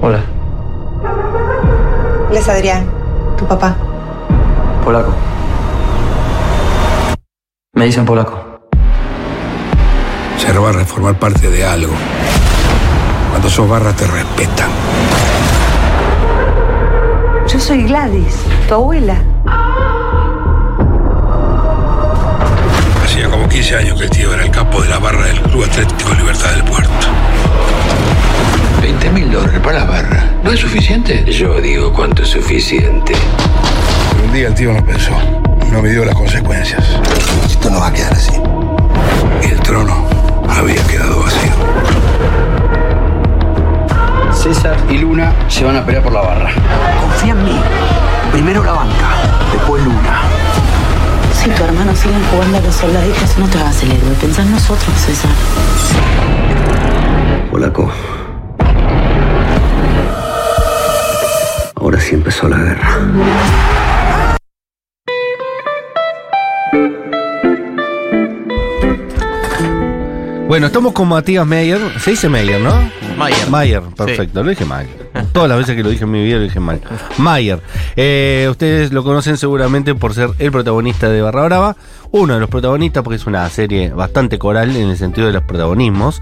Hola. Él es Adrián, tu papá. Polaco. Me dicen polaco. Ser barra es formar parte de algo. Cuando sos barra te respetan. Yo soy Gladys, tu abuela. Hacía como 15 años que el tío era el capo de la barra del Club Atlético Libertad del Puerto. 20 mil dólares para la barra. ¿No es suficiente? Yo digo cuánto es suficiente. Un día el tío no pensó. No me dio las consecuencias. Esto no va a quedar así. Y el trono había quedado vacío. César y Luna se van a pelear por la barra. Confía en mí. Primero la banca, después Luna. Si tu hermano siguen jugando a los soldaditos, no te hagas el héroe. Pensá en nosotros, César. Polaco. Ahora sí empezó la guerra. Bueno, estamos con Matías Meyer. Se dice Meyer, ¿no? Mayer. Mayer, perfecto. Sí. Lo dije mal. Todas las veces que lo dije en mi vida lo dije mal. Mayer. Eh, ustedes lo conocen seguramente por ser el protagonista de Barra Brava. Uno de los protagonistas, porque es una serie bastante coral en el sentido de los protagonismos.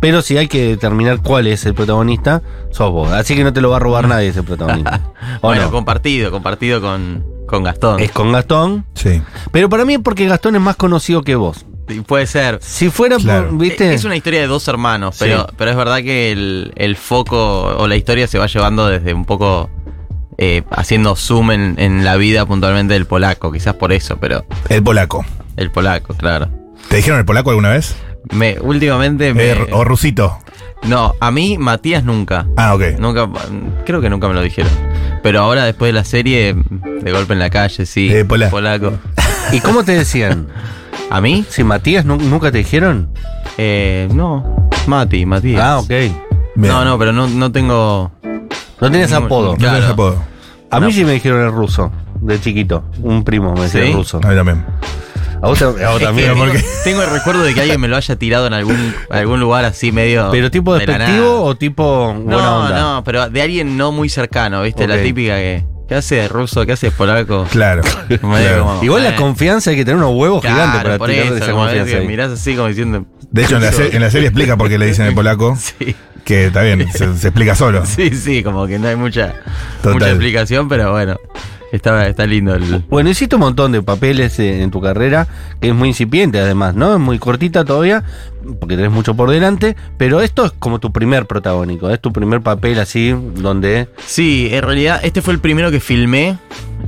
Pero si hay que determinar cuál es el protagonista, sos vos. Así que no te lo va a robar nadie ese protagonista. bueno, no? compartido, compartido con, con Gastón. Es con Gastón. Sí. Pero para mí es porque Gastón es más conocido que vos. Puede ser. Si fuera, claro. por, ¿viste? Es una historia de dos hermanos, sí. pero, pero es verdad que el, el, foco o la historia se va llevando desde un poco eh, haciendo zoom en, en, la vida puntualmente del polaco, quizás por eso, pero. El polaco. El polaco, claro. ¿Te dijeron el polaco alguna vez? Me, últimamente me. Eh, o rusito. No, a mí Matías nunca. Ah, ok. Nunca, creo que nunca me lo dijeron. Pero ahora después de la serie, de golpe en la calle, sí. Eh, pola. Polaco. ¿Y cómo te decían? ¿A mí? ¿Sí, Matías nunca te dijeron? Eh, no. Mati, Matías. Ah, ok. Bien. No, no, pero no, no tengo. No tienes no, apodo. Claro. No tenés apodo. A mí no. sí me dijeron el ruso, de chiquito. Un primo me decía ¿Sí? el ruso. A mí también. A vos, a vos también. Tengo, tengo, el recuerdo de que alguien me lo haya tirado en algún, algún lugar así medio. ¿Pero tipo despectivo de o tipo buena no, onda? No, pero de alguien no muy cercano, ¿viste? Okay. La típica que. ¿Qué hace de ruso? ¿Qué hace de polaco? Claro. claro. Como, Igual eh. la confianza hay que tener unos huevos claro, gigantes para por tirar eso, esa confianza. Es mirás así como diciendo. De hecho, en la, en la, serie explica por qué le dicen el polaco. Sí. Que está bien, se, se, explica solo. Sí, sí, como que no hay mucha, Total. mucha explicación, pero bueno. Está, está lindo el. Bueno, hiciste un montón de papeles eh, en tu carrera, que es muy incipiente además, ¿no? Es muy cortita todavía, porque tenés mucho por delante, pero esto es como tu primer protagónico, es tu primer papel así, donde. Sí, en realidad este fue el primero que filmé,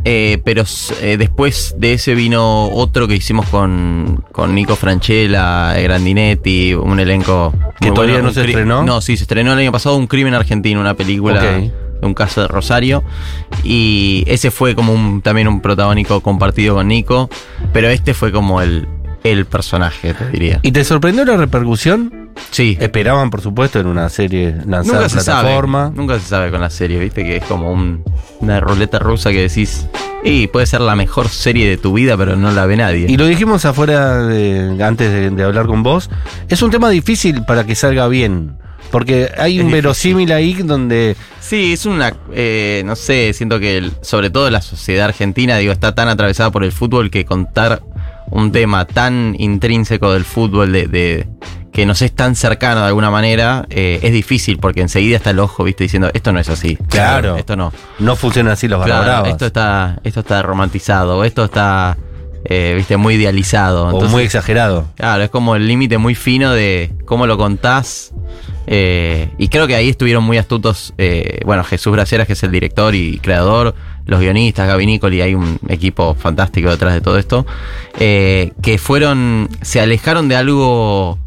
eh, pero eh, después de ese vino otro que hicimos con, con Nico Franchella, Grandinetti, un elenco. ¿Que todavía bueno, no se estrenó? No, sí, se estrenó el año pasado Un Crimen Argentino, una película. Okay un caso de Rosario. Y ese fue como un, también un protagónico compartido con Nico. Pero este fue como el, el personaje, te diría. ¿Y te sorprendió la repercusión? Sí. Esperaban, por supuesto, en una serie lanzada nunca en se plataforma. Sabe, nunca se sabe con la serie, viste, que es como un, una ruleta rusa que decís. Y puede ser la mejor serie de tu vida, pero no la ve nadie. Y lo dijimos afuera de, antes de, de hablar con vos. Es un tema difícil para que salga bien. Porque hay un verosímil ahí donde. Sí, es una. Eh, no sé, siento que el, sobre todo la sociedad argentina, digo, está tan atravesada por el fútbol que contar un tema tan intrínseco del fútbol, de, de que nos es tan cercano de alguna manera, eh, es difícil porque enseguida está el ojo, viste, diciendo, esto no es así. Claro. Esto no. No funciona así los claro, esto está Esto está romantizado, esto está. Eh, viste, muy idealizado. O Entonces, muy exagerado. Claro, es como el límite muy fino de cómo lo contás. Eh, y creo que ahí estuvieron muy astutos, eh, bueno, Jesús Braceras, que es el director y creador, los guionistas, Gaby Nicoli, hay un equipo fantástico detrás de todo esto, eh, que fueron, se alejaron de algo...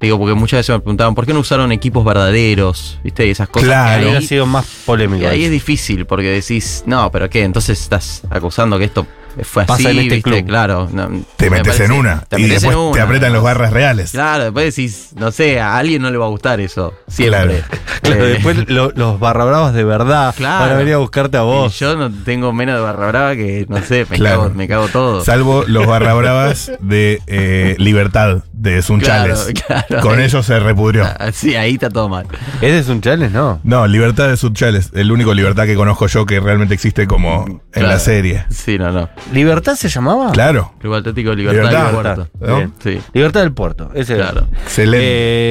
Digo, porque muchas veces me preguntaban, ¿por qué no usaron equipos verdaderos? ¿Viste? Y esas cosas. Claro, ahí, ha sido más polémico. Y ahí eso. es difícil, porque decís, no, pero ¿qué? Entonces estás acusando que esto fue así, Pasa en este ¿viste? club. claro. No, te me metes parece, en una te y después una, te apretan los barras reales. Claro, después decís, no sé, a alguien no le va a gustar eso. Siempre. Eh, Claro, claro después lo, los barrabravos de verdad claro. van a venir a buscarte a vos. Y yo no tengo menos de barrabrava que, no sé, me, claro. cago, me cago todo. Salvo los barrabravas de eh, Libertad. de Sunchales. Claro, claro. Con eso se repudrió. Ah, Sí, ahí está todo mal. ¿Es de Sunchales? No. No, Libertad de Sunchales, el único libertad que conozco yo que realmente existe como Oh, en Claro. la serie. Sí, no, no. ¿Libertad se llamaba? Claro. Club Atlético Libertad, Libertad. y Puerto. ¿no? Bien. Sí, Libertad del Puerto, ese era. claro. Excelente.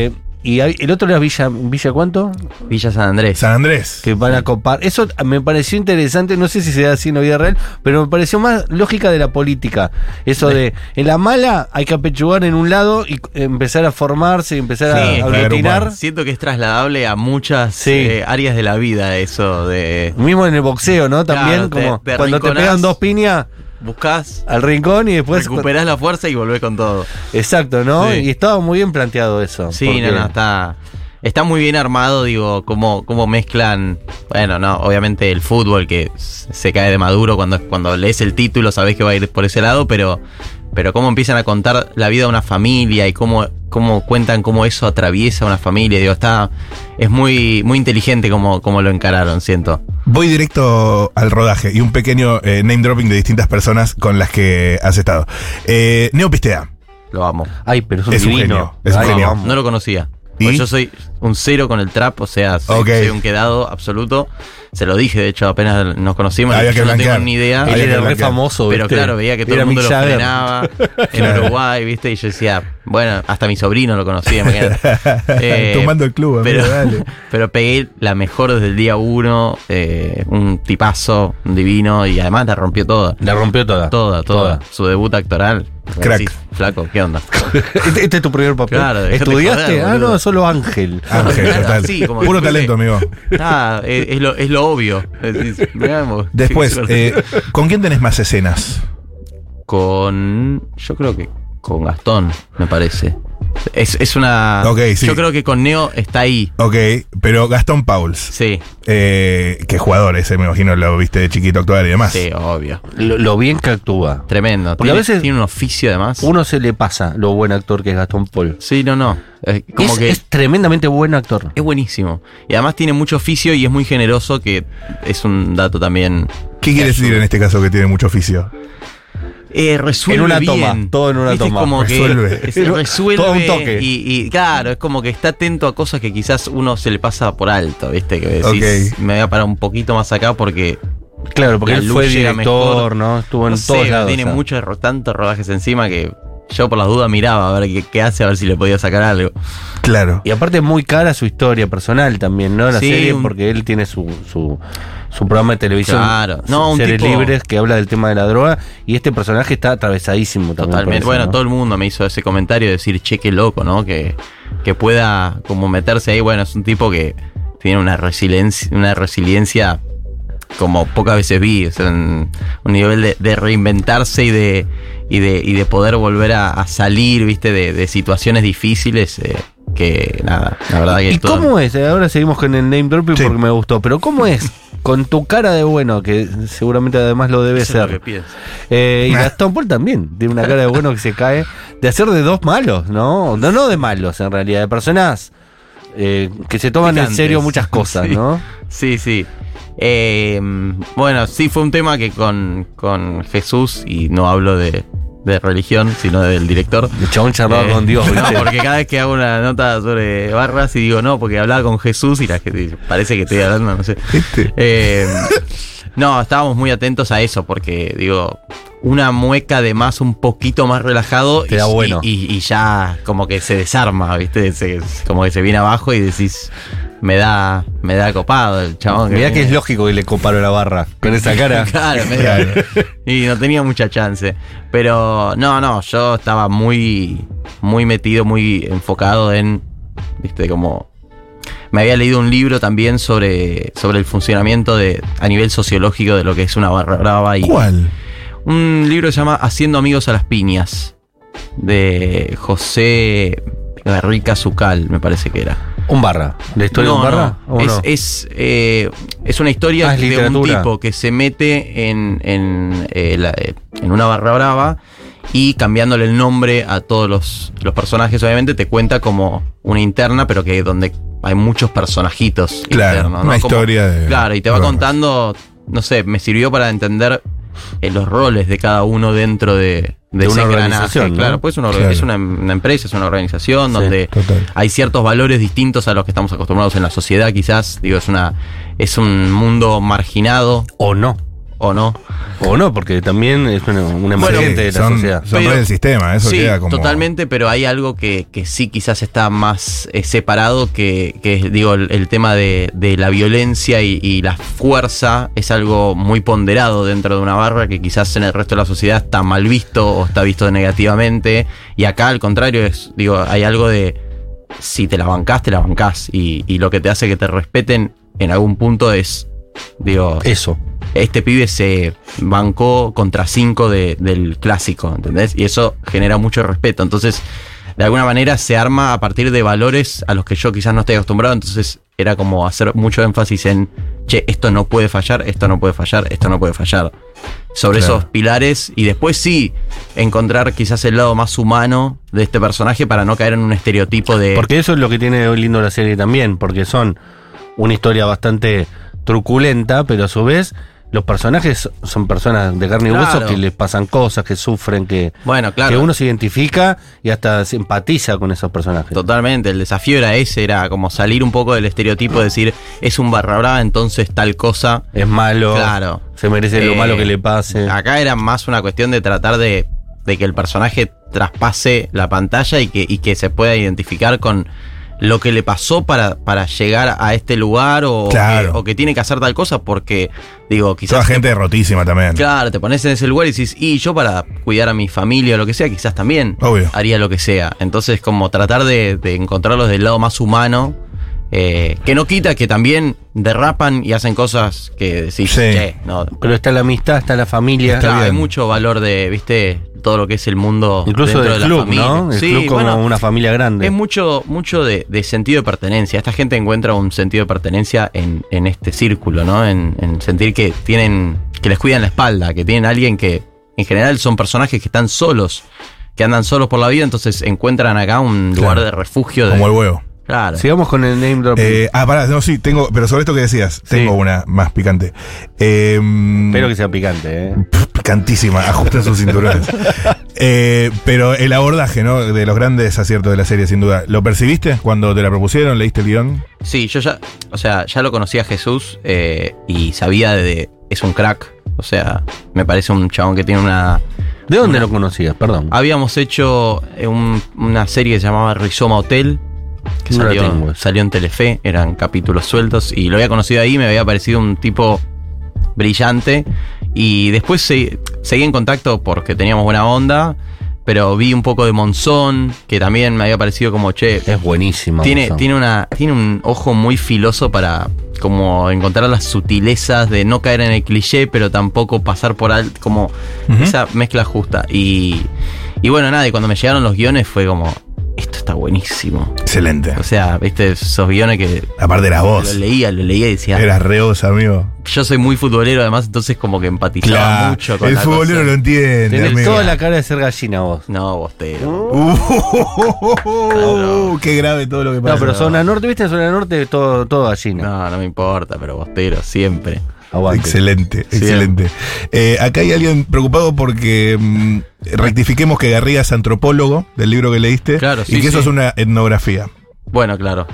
Eh, y hay- el otro era Villa, Villa cuánto? Villa San Andrés. San Andrés. Que van a copar. Eso me pareció interesante, no sé si se da así en la vida real, pero me pareció más lógica de la política. Eso de, en la mala hay que apechugar en un lado y empezar a formarse y empezar Sí, a claro, aglutinar. Siento que es trasladable a muchas Sí. eh, áreas de la vida eso de Mismo en el boxeo, ¿no? También, Claro, te- como te cuando te arrinconás. pegan dos piñas buscas, al rincón y después. recuperás la fuerza y volvés con todo. Exacto, ¿no? Sí. Y estaba muy bien planteado eso. Sí, porque- no, no, está está muy bien armado, digo, cómo cómo mezclan, bueno, no, obviamente el fútbol que se se cae de maduro cuando cuando lees el título, sabés que va a ir por ese lado, pero pero cómo empiezan a contar la vida de una familia y cómo cómo cuentan cómo eso atraviesa una familia, digo, está es muy muy inteligente como como lo encararon, siento. Voy directo al rodaje y un pequeño eh, name dropping de distintas personas con las que has estado. Eh, Neo Pistea. Lo amo. Ay, pero es un, Es un divino. genio, es un Ay, genio. vamos. No lo conocía. ¿Y? Pues yo soy un cero con el trap, o sea, soy, Ok. soy un quedado absoluto. Se lo dije, de hecho, apenas nos conocimos. Había yo que no blanquear. tengo ni idea. Había Él que era re blanquear. famoso, Pero ¿viste? claro, veía que todo Era el mundo Mick lo Jagger. frenaba en Uruguay, ¿viste? Y yo decía, bueno, hasta mi sobrino lo conocía. imagínate. Eh, Tomando el club, amigo, pero, dale. pero pegué la mejor desde el día uno, eh, un tipazo, un divino, y además la rompió toda. La rompió toda. Toda, toda. Su debut actoral. Crack. Decís, Flaco, ¿qué onda? este, este es tu primer papel. Claro, dejate ¿Estudiaste? joder, ah, boludo. no, solo Ángel. Ángel, Claro, Ah, total. sí, como Puro que- talento, amigo. Ah, es, es lo, es lo obvio. Decís, veamos. Después, Sí, eh, ¿con quién tenés más escenas? con. Yo creo que con Gastón, me parece. Es, es una. Ok, sí. Yo creo que con Neo está ahí. Ok, pero Gastón Pauls, Sí, eh, que jugador ese, me imagino, lo viste de chiquito actuar y demás. sí, obvio. Lo, lo bien que actúa. Tremendo. Porque tiene, a veces- tiene un oficio además. Uno se le pasa lo buen actor que es Gastón Paul. Sí, no, no. Eh, como es, que es tremendamente buen actor. es buenísimo. Y además tiene mucho oficio y es muy generoso, que es un dato también. ¿Qué quiere decir en este caso que tiene mucho oficio? Eh, resuelve En una bien. toma, todo en una ¿Viste? Es toma. como que Resuelve. es- resuelve Todo un toque. Y, y, claro, es como que está atento a cosas que quizás uno se le pasa por alto, ¿viste? Que decís, Ok. me voy a parar un poquito más acá porque Claro, porque La él luz fue llega director, mejor. ¿no? Estuvo en no todos sé, lados. tiene o sea. muchos ro- tantos rodajes encima que yo por las dudas miraba a ver qué, qué hace, a ver si le podía sacar algo. Claro. Y aparte es muy cara su historia personal también, ¿no? La Sí, serie, un- porque él tiene su, su, su programa de televisión. Claro. No, un Seres tipo- Libres, que habla del tema de la droga. Y este personaje está atravesadísimo también. Totalmente. por eso, bueno, ¿no? todo el mundo me hizo ese comentario de decir, che, qué loco, ¿no? Que, que pueda como meterse ahí. Bueno, es un tipo que tiene una resiliencia, una resiliencia como pocas veces vi. O sea, un, un nivel de, de reinventarse y de, y de, y de poder volver a, a salir, viste, de, de situaciones difíciles. eh, que nada, la verdad que ¿Y todo- cómo es? Eh, Ahora seguimos con el name dropping Sí. porque me gustó, pero ¿cómo es? Con tu cara de bueno, que seguramente además lo debe Eso es lo que ser. pienso. Eh, y Gastón Paul también tiene una cara de bueno que se cae. De hacer de dos malos, ¿no? No, no de malos en realidad, de personas eh, que se toman en Picantes. serio muchas cosas, Sí. ¿no? Sí, sí. Eh, bueno, sí fue un tema que con, con Jesús, y no hablo de, de religión, sino del director. El chabón charlaba Eh, con Dios, no, ¿viste? porque cada vez que hago una nota sobre barras y digo no, porque hablaba con Jesús y la gente parece que estoy hablando, no sé. Eh, no, estábamos muy atentos a eso, porque digo, una mueca de más, un poquito más relajado Te y, da bueno. y, y ya como que se desarma, ¿viste? Se- como que se viene abajo y decís, me da, me da copado el chabón. Mirá que viene. es lógico que le comparo la barra con esa cara. Claro, medio- Y no tenía mucha chance. Pero no, no, yo estaba muy, muy metido, muy enfocado en, viste, como... Me había leído un libro también sobre, sobre el funcionamiento de, a nivel sociológico de lo que es una barra brava. Y ¿Cuál? Un libro que se llama Haciendo amigos a las piñas, de José Garrica Zucal, me parece que era. Un barra. ¿La historia de No, un barra? no. ¿O Es, no? es, eh, es una historia Ah, es de un literatura. tipo que se mete en, en, eh, la- eh, en una barra brava y cambiándole el nombre a todos los, los personajes, obviamente, te cuenta como una interna, pero que donde hay muchos personajitos Claro, internos. una Como- historia de- Claro, y te va de barras. contando, no sé, me sirvió para entender eh, los roles de cada uno dentro de, de, De ese una engranaje. organización, ¿no? Claro, pues es una, orga- Claro. es una- una empresa, es una organización Sí, donde total. hay ciertos valores distintos a los que estamos acostumbrados en la sociedad, quizás. Digo, es una es un mundo marginado O no. o no. O no, porque también es una, una Sí, emergente de la son, sociedad. son Pero- re del sistema, eso sí, queda como. totalmente, pero hay algo que, que sí quizás está más eh, separado que, que es, digo, el, el tema de, de la violencia y, y la fuerza es algo muy ponderado dentro de una barra que quizás en el resto de la sociedad está mal visto o está visto negativamente. Y acá, al contrario, es, digo, hay algo de si te la bancás, te la bancás. Y, y lo que te hace que te respeten en algún punto es, digo, Eso. este pibe se bancó contra cinco de- del clásico, ¿entendés? Y eso genera mucho respeto. Entonces, de alguna manera se arma a partir de valores a los que yo quizás no estoy acostumbrado. Entonces, era como hacer mucho énfasis en, che, esto no puede fallar, esto no puede fallar, esto no puede fallar. Sobre Claro. esos pilares y después sí encontrar quizás el lado más humano de este personaje para no caer en un estereotipo de... Eh, Porque eso es lo que tiene de lindo la serie también, porque son una historia bastante truculenta, pero a su vez los personajes son personas de carne y Claro. hueso que les pasan cosas, que sufren, que, bueno, claro. que uno se identifica y hasta se empatiza con esos personajes. Totalmente, el desafío era ese, era como salir un poco del estereotipo de decir, es un barra brava, entonces tal cosa. Es malo, Claro. se merece lo Eh, malo que le pase. Acá era más una cuestión de tratar de, de que el personaje traspase la pantalla y que, y que se pueda identificar con lo que le pasó para, para llegar a este lugar o, Claro. que, o que tiene que hacer tal cosa, porque, digo, quizás... Toda gente derrotísima también. Claro, te pones en ese lugar y dices, y yo para cuidar a mi familia o lo que sea, quizás también Obvio. haría lo que sea. Entonces, como tratar de, de encontrarlos del lado más humano, eh, que no quita que también derrapan y hacen cosas que decís, Sí. "Che, no. Pero está la amistad, está la familia. Claro, hay bien. mucho valor de, viste, todo lo que es el mundo Incluso dentro del de la club, familia. ¿no? El Sí, club como bueno, una familia grande. es mucho, mucho de, de sentido de pertenencia. Esta gente encuentra un sentido de pertenencia en, en este círculo, ¿no? En, en sentir que tienen. que les cuidan la espalda, que tienen a alguien que. En general son personajes que están solos, que andan solos por la vida, entonces encuentran acá un lugar Claro. de refugio. de- Como el huevo. Claro. Sigamos con el name drop. Eh, ah, pará, no, sí, tengo. Pero sobre esto que decías, tengo una más picante. Eh, Espero que sea picante, ¿eh? picantísima, ajusten sus cinturones. Eh, pero el abordaje, ¿no? De los grandes aciertos de la serie, sin duda. ¿Lo percibiste cuando te la propusieron? ¿Leíste el guión? Sí, yo ya. O sea, ya lo conocía a Jesús eh, y sabía de. es un crack. O sea, me parece un chabón que tiene una. ¿De dónde lo conocías? Perdón. Habíamos hecho eh, un- una serie que se llamaba Rizoma Hotel, que No la salió, tengo. salió en Telefe, eran capítulos sueltos, y lo había conocido ahí, me había parecido un tipo brillante, y después se- seguí en contacto porque teníamos buena onda, pero vi un poco de Monzón, que también me había parecido como, che, Es buenísimo. tiene, Gonzalo. tiene, una, tiene un ojo muy filoso para como encontrar las sutilezas de no caer en el cliché, pero tampoco pasar por alto, como Ujú. esa mezcla justa. Y, y bueno, nada, y cuando me llegaron los guiones fue como, esto está buenísimo. Excelente. O sea, viste, esos guiones que Aparte de las lo voz. leía, lo leía y decía, Eras reos, amigo. yo soy muy futbolero además, entonces como que empatizaba Claro, mucho con el la futbolero cosa. lo entiende. Tenés amigo. toda la cara de ser gallina vos. No, vos te... Uh, qué grave todo lo que pasa. No, pero zona norte, viste, zona norte, todo, todo gallina. No, no me importa, pero bostero, siempre. Aguante. Excelente, excelente. Eh, acá hay alguien preocupado porque mm, rectifiquemos que Garriga es antropólogo del libro que leíste Claro, sí, y que eso sí. es una etnografía. Bueno, claro.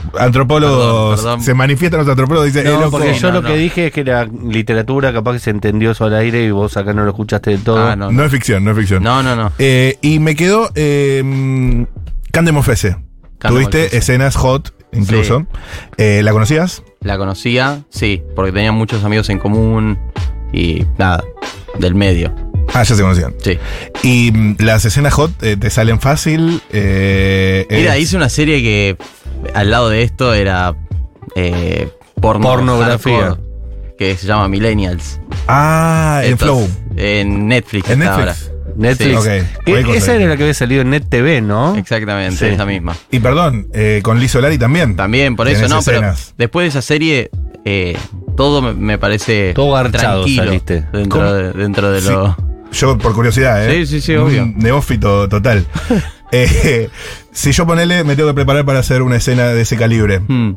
Perdón, Antropólogos, perdón. se manifiestan los antropólogos, dice, No, "Eh, loco". porque Sí, yo no, lo no. que dije es que la literatura capaz que se entendió eso al aire y vos acá no lo escuchaste del todo. Ah, no, no es ficción, no es ficción. no, no. no. Eh, y me quedó eh, mm, Cande Mofese. Cande Tuviste Mofese. escenas hot, incluso. Eh, ¿La conocías? La conocía, sí, porque tenía muchos amigos en común y nada, del medio, Ah, ya se conocían. sí. Y mm, las escenas hot eh, te salen fácil. Eh, Mira, es- hice una serie que al lado de esto era eh, porno Pornografía. hardcore, que se llama Millennials. Ah, en Estos- Flow. En Netflix. En está Netflix. ahora. Netflix. Sí, ok. Que- Voy con esa Netflix. era la que había salido en Net TV, ¿no? Exactamente, Sí. esa misma. Y perdón, eh, con Liz Solari también. También, por eso, Tenés no, pero escenas. después de esa serie, eh, todo me, me parece Todo garchado tranquilo saliste. ¿Cómo? dentro de, dentro de Sí. lo... Yo, por curiosidad, ¿eh? Sí, sí, sí, obvio. Un neófito total. Eh, si yo ponele, me tengo que preparar para hacer una escena de ese calibre. Mm.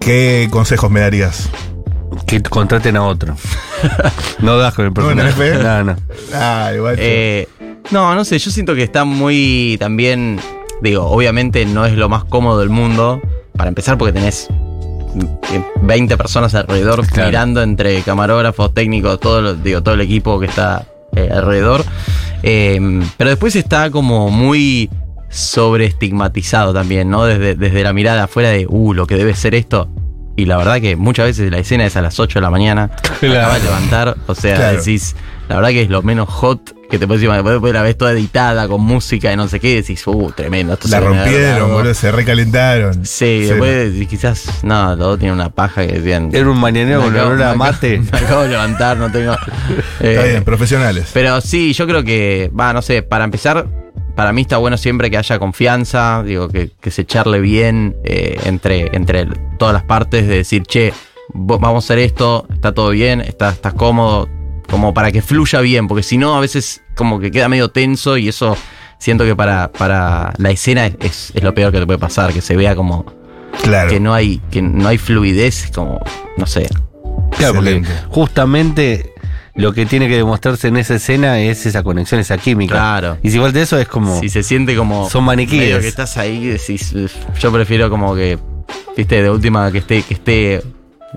¿Qué consejos me darías? Que contraten a otro. No das con el personaje. tenés fe? No, no. Ay, guacho. Eh, no, no sé, yo siento que está muy también, digo, obviamente no es lo más cómodo del mundo, para empezar porque tenés eh, 20 personas alrededor Claro. mirando entre camarógrafos, técnicos, todo, lo- digo, todo el equipo que está eh, alrededor. Eh, pero después está como muy sobreestigmatizado también, ¿no? Desde, desde la mirada afuera de, uh, lo que debe ser esto. Y la verdad que muchas veces la escena es a las 8 de la mañana. Acaba de levantar. O sea, Claro. decís, la verdad que es lo menos hot que te puedes imaginar. Después la ves toda editada con música y no sé qué. Decís, uh, tremendo. Esto la se lo rompieron, merecen". boludo, se recalentaron. Sí, después quizás, no, los dos tienen una paja que decían. Era un mañanero "Me con acabo- olor a me mate. acabo- Me acabo de levantar, no tengo. Está Eh, bien, profesionales. pero sí, yo creo que, va, no sé, para empezar, para mí está bueno siempre que haya confianza, digo, que, que se charle bien eh, entre, entre todas las partes, de decir, che, vo- vamos a hacer esto, está todo bien, está- estás cómodo, como para que fluya bien, porque si no, a veces como que queda medio tenso y eso siento que para, para la escena es, es- es lo peor que te puede pasar, que se vea como Claro. que no hay, que no hay fluidez, como, no sé. Claro, porque Excelente. justamente lo que tiene que demostrarse en esa escena es esa conexión, esa química. Claro. Y si igual de eso es como. Si se siente como. Son maniquíes. medio que estás ahí, decís, "Uf". yo prefiero como que. Viste, de última que esté, que esté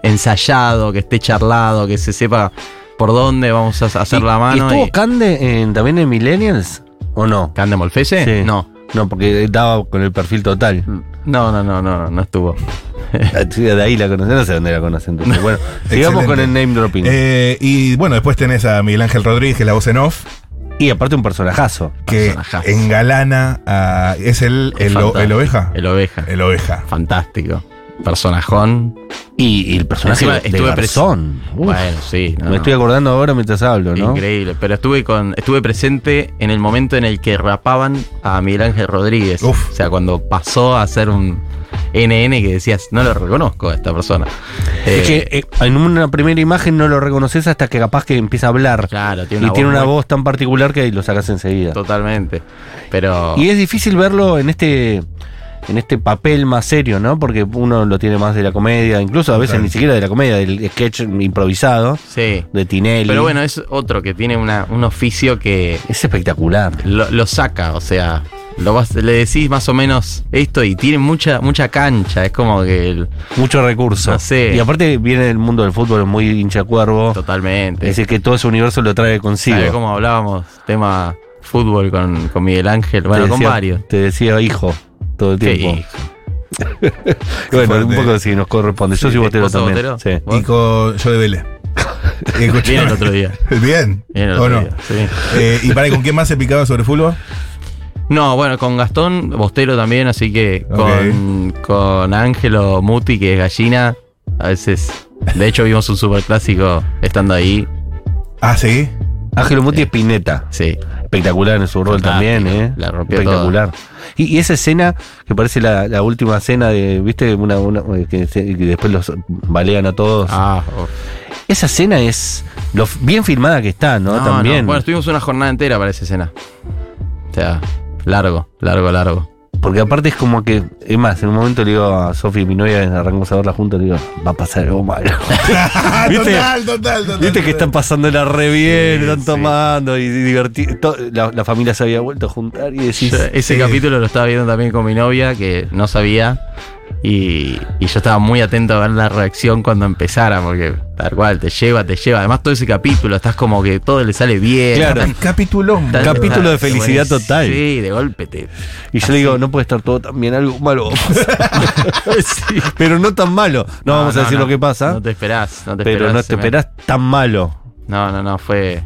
ensayado, que esté charlado, que se sepa por dónde vamos a hacer la ¿Y- mano. ¿Y estuvo y- Cande en- también en Millennials? ¿O no? ¿Cande Molfese? Sí. No. No, porque daba con el perfil total. No, no, no, no, no, no estuvo. De ahí la conocen, no sé dónde la conocen. entonces. Bueno, sigamos Excelente. con el name dropping. Eh, y bueno, después tenés a Miguel Ángel Rodríguez, que es la voz en off, y aparte un personajazo. que Personajazo. engalana a. ¿Es el, Es el, o- fantástico. el oveja? Eh. El oveja. El oveja. Fantástico. Personajón. Y, y el personaje Encima de estuve pres- Garzón. Uf. Bueno, sí. no, Me no. estoy acordando ahora mientras hablo, ¿no? Increíble. Pero estuve con. Estuve presente en el momento en el que rapaban a Miguel Ángel Rodríguez. Uf. O sea, cuando pasó a ser un NN que decías, no lo reconozco a esta persona. Es Eh, que eh, en una primera imagen no lo reconoces hasta que capaz que empieza a hablar. claro, y tiene una, tiene voz una muy- voz tan particular que lo sacas enseguida. Totalmente. Pero. Y es difícil verlo en este en este papel más serio, ¿no? Porque uno lo tiene más de la comedia, incluso a veces Total. ni siquiera de la comedia, del sketch improvisado Sí. de Tinelli. Pero bueno, es otro que tiene una- un oficio que es espectacular. lo, lo saca, o sea, lo vas- le decís más o menos esto y tiene mucha, mucha cancha. Es como que el- Mucho recurso. No sé. Y aparte viene del mundo del fútbol es muy hincha cuervo. totalmente. Es decir, que todo ese universo lo trae consigo. ¿Sabés cómo hablábamos? Tema fútbol con, con Miguel Ángel. Te Bueno, con decía- varios. Te decía hijo todo el Sí, tiempo. hijo. bueno, fuerte. un poco si nos corresponde. Yo Sí, soy botero ¿esposo también. botero? Sí. Y con. Yo de Vélez. Y escuchame- Bien el otro día. Bien. Bien el ¿O otro no? día, sí. Eh, ¿Y para ¿y con quién más se picaba sobre fútbol? No, bueno, con Gastón Bostero también, así que Ok. con, con Ángelo Muti, que es gallina, a veces. De hecho, vimos un superclásico estando ahí. Ah, sí. Ángel Muti es Pineta. Sí. Espectacular en su rol Fantástico. también, ¿eh? La rompió Espectacular. Y, y esa escena que parece la, la última escena de, ¿viste? Una, una- eh, que, se- que después los balean a todos. Ah, oh. Esa escena es lo f- bien filmada que está, ¿no? No, también. no. Bueno, estuvimos una jornada entera para esa escena. O sea, largo, largo, largo. Porque aparte es como que, es más, en un momento le digo a Sofi, mi novia, arrancamos a verla juntos, le digo, va a pasar algo malo. Ah, ¿Viste? total, total, total. Viste que total. están pasándola re bien, están sí. tomando y divertido. La, la familia se había vuelto a juntar y decís. Yo ese Sí. capítulo lo estaba viendo también con mi novia, que no sabía. Y, y yo estaba muy atento a ver la reacción cuando empezara, porque tal cual, te lleva, te lleva. Además, todo ese capítulo, estás como que todo le sale bien. Claro. Estás- Capitulón. estás- Capítulo de estás- felicidad bueno, total. Sí, de golpe te. Y Ah, yo le digo, no puede estar todo tan bien, algo malo. va a pasar". Pero no tan malo. No, vamos a decir no, lo que pasa, No te esperás, no te pero esperás, no te se me- esperás tan malo. No, no, no, fue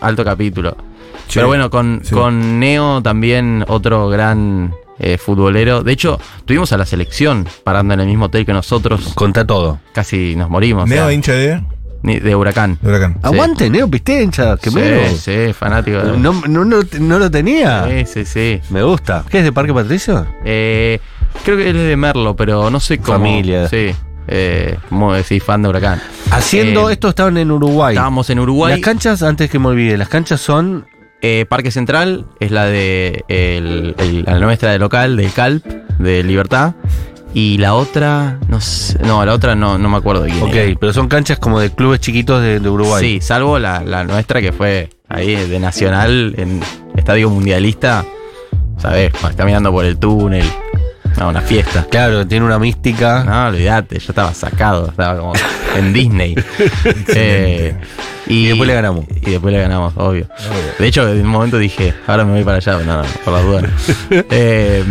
alto capítulo. Ah, Sí, Pero bueno, con, sí. con Neo también otro gran eh, futbolero. De hecho, tuvimos a la selección parando en el mismo hotel que nosotros. Contá todo. Casi nos morimos. o Neo sea, hincha de, ni- de huracán. de Huracán. Aguante, Neo Pistencha, que Sí, sí, fanático. de- No, no, no, no lo tenía. Sí, sí, sí. Me gusta. ¿Qué es de Parque Patricio? Eh, creo que él es de Merlo, pero no sé cómo. Familia. Sí. Eh, como decís, fan de huracán. Haciendo Eh, esto estaban en Uruguay. Estábamos en Uruguay. Las canchas, antes que me olvide, las canchas son Eh, Parque Central es la de el- el- la nuestra de local, del CALP, de Libertad. Y la otra, no sé, no, la otra no, no me acuerdo bien. Ok, pero son canchas como de clubes chiquitos de, de Uruguay. Sí, salvo la, la nuestra que fue ahí de Nacional en Estadio Mundialista. ¿Sabes? Caminando por el túnel. No, una fiesta. Claro, tiene una mística. No, olvídate, yo estaba sacado, estaba como en Disney. Eh, Y después le ganamos. Y después le ganamos, obvio. De hecho, en un momento dije, ahora me voy para allá, no, no, por las dudas. Eh,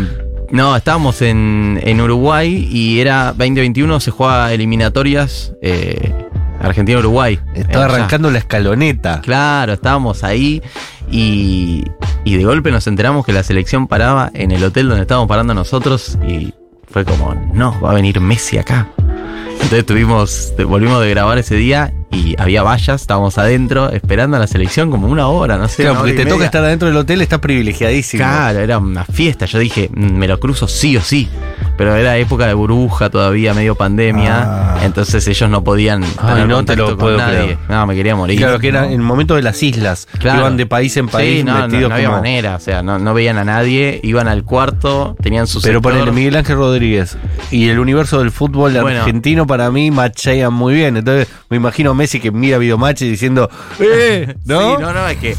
no, estábamos en, en Uruguay y era 2021, se jugaba eliminatorias eh, Argentina-Uruguay. Eh, Estaba Allá. arrancando la escaloneta. Claro, estábamos ahí y, y de golpe nos enteramos que la selección paraba en el hotel donde estábamos parando nosotros y fue como, no, va a venir Messi acá. Entonces tuvimos, volvimos de grabar ese día y había vallas, estábamos adentro esperando a la selección como una hora, no sé. Claro, una porque hora y te toca media. estar adentro del hotel, estás privilegiadísimo. Claro, era una fiesta. Yo dije, "Mm, me lo cruzo sí o sí. Pero era época de burbuja todavía, medio pandemia. Ah. Entonces ellos no podían tener Ah, no te contacto lo con puedo nadie. creer. No, me quería morir. Claro, que era en el momento de las islas. Claro. Iban de país en país Sí, no, no, vestidos no había como- manera, o sea, no, no veían a nadie, iban al cuarto, tenían su Pero sector. ponele Miguel Ángel Rodríguez y el universo del fútbol Bueno. argentino para mí machean muy bien. Entonces me imagino a Messi que mira videomatch y diciendo, ¡eh! ¿No? Sí, no, no, es que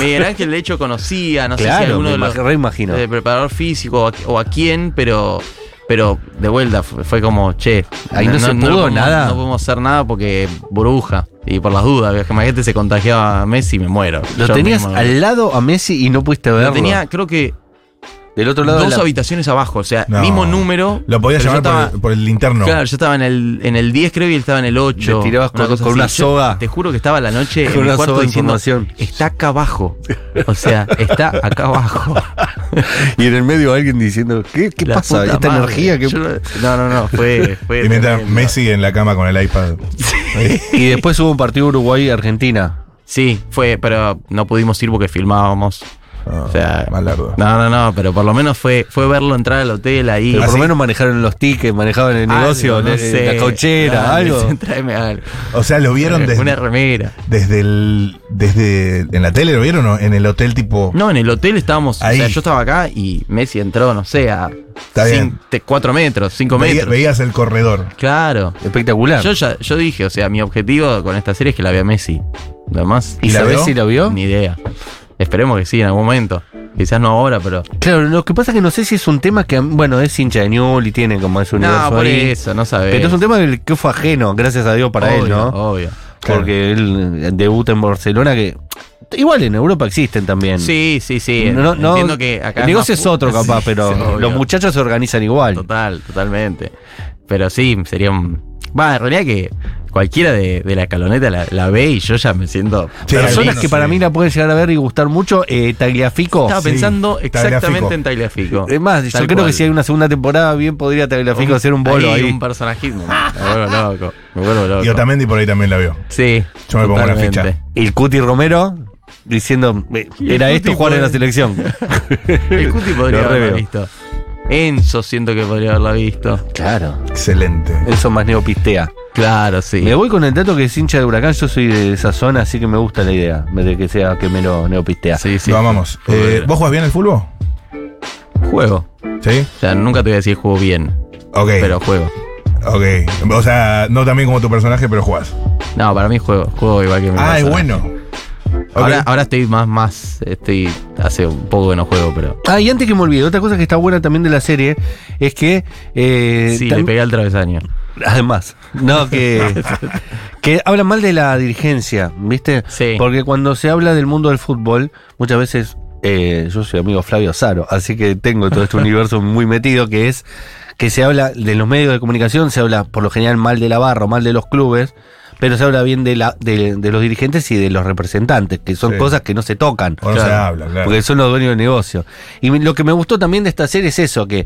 Miguel Ángel de hecho conocía, no sé si claro, alguno me de los imag- reimagino. de preparador físico o a, o a quién, pero pero de vuelta fue, fue como, che, Ahí no se pudo podemos- nada. No podemos hacer nada porque burbuja y por las dudas, que gente se contagiaba a Messi y me muero. Lo Yo tenías mismo- al lado a Messi y no pudiste verlo. Lo tenía, creo que del otro lado. de dos la- habitaciones abajo, o sea, No. mismo número. Lo podía pero yo llamar por, estaba- el- por el interno. Claro, yo estaba en el, en el 10 creo y él estaba en el 8. Le tirabas con- cosa con una así. Yo soga. te juro que estaba la noche Con en una el cuarto soga de diciendo, información. está acá abajo. O sea, está acá abajo. Y en el medio alguien diciendo, ¿qué, qué La pasa? puta Esta madre. energía que. Yo no- no, no, no, fue... fue Y mientras tremendo. Messi en la cama con el iPad. Y después hubo un partido Uruguay-Argentina. Sí, fue, pero no pudimos ir porque filmábamos. Ah, O sea, malardo. no, no, no, pero por lo menos fue, fue verlo entrar al hotel ahí. Pero por ¿Ah, lo sí? menos manejaron los tickets, manejaban el negocio, Algo, Ah, no le- sé. Ah, la cochera, Dale, algo. tráeme algo. O sea, lo vieron Una desde, remera. desde el. desde. en la tele lo vieron o en el hotel tipo. No, en el hotel estábamos. O Ahí. sea, yo estaba acá y Messi entró, no sé, a Está bien. 4 metros, 5 Veía- metros. veías el corredor. Claro. Espectacular. Yo ya, yo dije, o sea, mi objetivo con esta serie es que la vea Messi. Lo más, ¿Y ¿La sabés vio? si la vio? ni idea. Esperemos que sí en algún momento. Quizás no ahora, pero. Claro, lo que pasa es que no sé si es un tema que, bueno, es hincha de Newell y tiene como ese universo No, por ahí. eso, no sabes. Pero es un tema del que fue ajeno, gracias a Dios para él, ¿no? Obvio. Porque él eh, debuta en Barcelona, que igual en Europa existen también. Sí, sí, sí. No, no, Entiendo que acá. el negocio más- es otro capaz, Sí, pero sí, obvio. los muchachos se organizan igual. Total, totalmente. Pero sí, sería un. Va, en realidad que cualquiera de, de la escaloneta la, la ve y yo ya me siento. Sí, Personas algunos, que para sí. mí la pueden llegar a ver y gustar mucho, eh, Tagliafico. Estaba Sí, pensando exactamente Tagliafico. en Tagliafico. Es más, yo Tal creo cual. que si hay una segunda temporada, bien podría Tagliafico hacer un bolo ahí. un personajismo. Me vuelvo loco. Me vuelvo loco. Y Otamendi por ahí también la vio. Sí. Yo me pongo la totalmente. ficha. El Cuti Romero diciendo, eh, Y el era Cuti esto jugar en la puede- selección. El Cuti podría Lo haberla reveo. visto. Enzo siento que podría haberla visto. Claro. Excelente. Eso más neopistea. Claro, sí. Me voy con el dato que es hincha de huracán, yo soy de esa zona, así que me gusta la idea de que sea que me lo neopistea. Sí, sí. Lo amamos. Joder. Eh, ¿Vos jugás bien el fútbol? Juego. Sí. O sea, nunca te voy a decir juego bien, Ok. pero juego. Ok. O sea, no también como tu personaje, pero jugás. No, para mí juego. Juego igual que mi Ah, es persona. bueno. Ok. Ahora, ahora estoy más, más. Estoy. Hace un poco que no juego, pero. Ah, y antes que me olvide, otra cosa que está buena también de la serie es que. eh, Sí, tam- le pegué al travesaño. Además, no, que, que hablan mal de la dirigencia, ¿viste? Sí. Porque cuando se habla del mundo del fútbol, muchas veces eh, yo soy amigo Flavio Saro, así que tengo todo este universo muy metido que es que se habla de los medios de comunicación, se habla por lo general mal de la barra, o mal de los clubes, pero se habla bien de, la, de, de los dirigentes y de los representantes, que son Sí. cosas que no se tocan. O no se habla, claro. Porque son los dueños del negocio. Y me- lo que me gustó también de esta serie es eso, que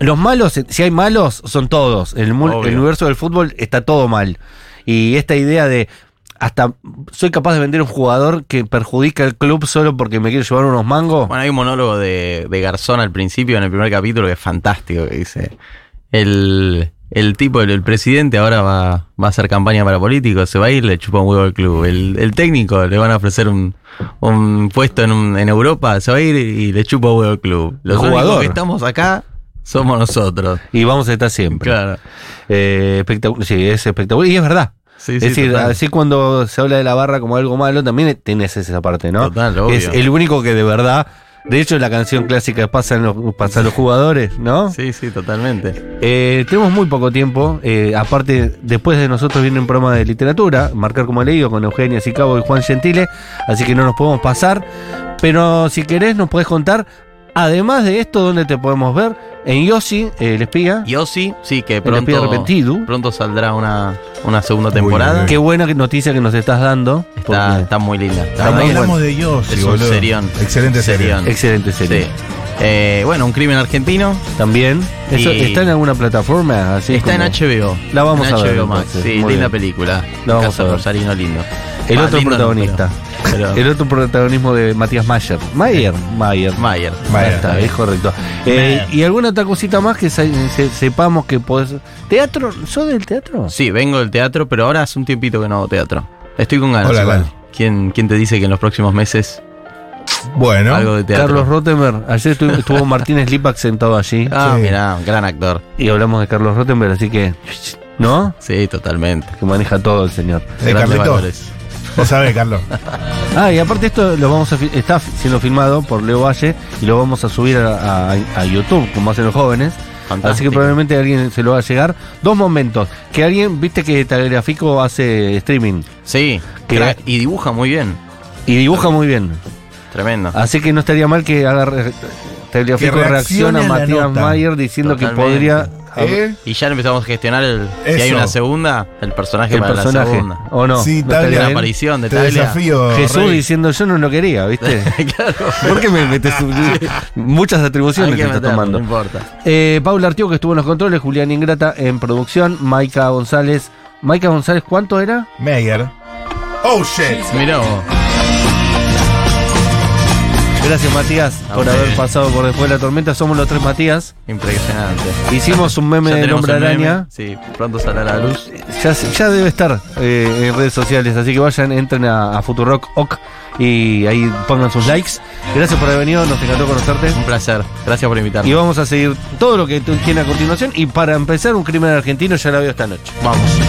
los malos, si hay malos, son todos. El, mu- Obvio. el universo del fútbol está todo mal. Y esta idea de hasta soy capaz de vender un jugador que perjudica al club solo porque me quiere llevar unos mangos. Bueno, hay un monólogo de, de Garzón al principio, en el primer capítulo, que es fantástico, que dice, el, el tipo, el, el presidente ahora va, va a hacer campaña para políticos, se va a ir, le chupa un huevo al club. El, el técnico le van a ofrecer un, un puesto en, un- en Europa, se va a ir y le chupa un huevo al club. Los Jugador. únicos que estamos acá Somos nosotros. Y vamos a estar siempre. Claro. Eh, espectacu- sí, es espectacular. Y es verdad. Sí, es sí, decir, total. así cuando se habla de la barra como algo malo, también tenés esa parte, ¿no? Total, obvio. Es el único que de verdad. De hecho, la canción clásica pasan los, pasan los jugadores, ¿no? Sí, sí, totalmente. Eh, tenemos muy poco tiempo. eh, aparte, después de nosotros viene un programa de literatura, Marcar como leído, con Eugenia Sicabo y Juan Gentile. Así que no nos podemos pasar. Pero si querés, nos podés contar, además de esto, dónde te podemos ver. En Yossi, eh, el espía. Y Ozzy, sí, el que espía pronto, arrepentido. pronto saldrá una, una segunda Muy temporada. bien. Qué buena noticia que nos estás dando. Está, porque- está muy linda. Está Está muy muy buena. Hablamos de Dios. Es un serión. Excelente serión. Serión. Excelente serie. Sí. Eh, bueno, un crimen argentino. También. Eso, Y- ¿Está en alguna plataforma? Así está como- en HBO. La vamos En a ver, HBO Max. entonces. Sí, Muy linda bien. película. La vamos Casa a ver. Rosarino lindo. El Ah, otro lindo no, protagonista. pero- El otro protagonismo de Matías Mayer. Mayer. Mayer. pero- Mayer. Mayer. Ahí está, es correcto. Eh, y alguna otra cosita más que se- se- sepamos que podés. ¿Teatro? ¿Sos del teatro? Sí, vengo del teatro, pero ahora hace un tiempito que no hago teatro. Estoy con ganas. Hola, igual. Lal. ¿Quién, ¿Quién te dice que en los próximos meses Bueno. algo de teatro? Carlos Rottenberg. Ayer estu- estuvo Martínez Lipak sentado allí Ah, Sí. mirá, gran actor. y hablamos de Carlos Rottenberg, así que. ¿No? Sí, totalmente. Que maneja todo el señor. Eh, Grandes Carlito. valores. Vos sabés, Carlos. Ah, y aparte esto lo vamos a fi- está fi- siendo filmado por Leo Valle y lo vamos a subir a, a- a YouTube, como hacen los jóvenes. Fantástico. Así que probablemente alguien se lo va a llegar. Dos momentos. Que alguien, viste que Telegrafico hace streaming Sí, Que- crack, y dibuja muy bien. y dibuja muy bien. Tremendo. Así que no estaría mal que haga re- Telegrafico Que reacciona reaccione a a la Matías nota. Mayer diciendo que Totalmente. podría ¿Eh? Y ya empezamos a gestionar el, si Eso. hay una segunda, el personaje el para la personaje. segunda. ¿O no? Sí, ¿No Tablia. estaría La bien? aparición de Te Tabla. desafío. Jesús Rey. diciendo yo no lo quería, ¿viste? claro. ¿Por qué me metes muchas atribuciones Hay que que está meterlo, tomando? No importa. Eh, Paula Artigo, que estuvo en los controles, Julián Ingrata en producción, Maika González. Maika González, ¿cuánto era? Meyer. Oh shit. Mirá vos. Gracias, Matías, A por ustedes. haber pasado por después de la tormenta. Somos los tres Matías. Impresionante. Hicimos un meme Ya del tenemos hombre el meme. araña. Sí, pronto saldrá a la luz. Ya, se- ya debe estar eh, en redes sociales, así que vayan, entren a, a Futurock OK, y ahí pongan sus likes. Gracias por haber venido, nos encantó conocerte. Un placer. Gracias por invitarme. Y vamos a seguir todo lo que tú tienes a continuación. Y para empezar, un crimen argentino ya la veo esta noche. Vamos.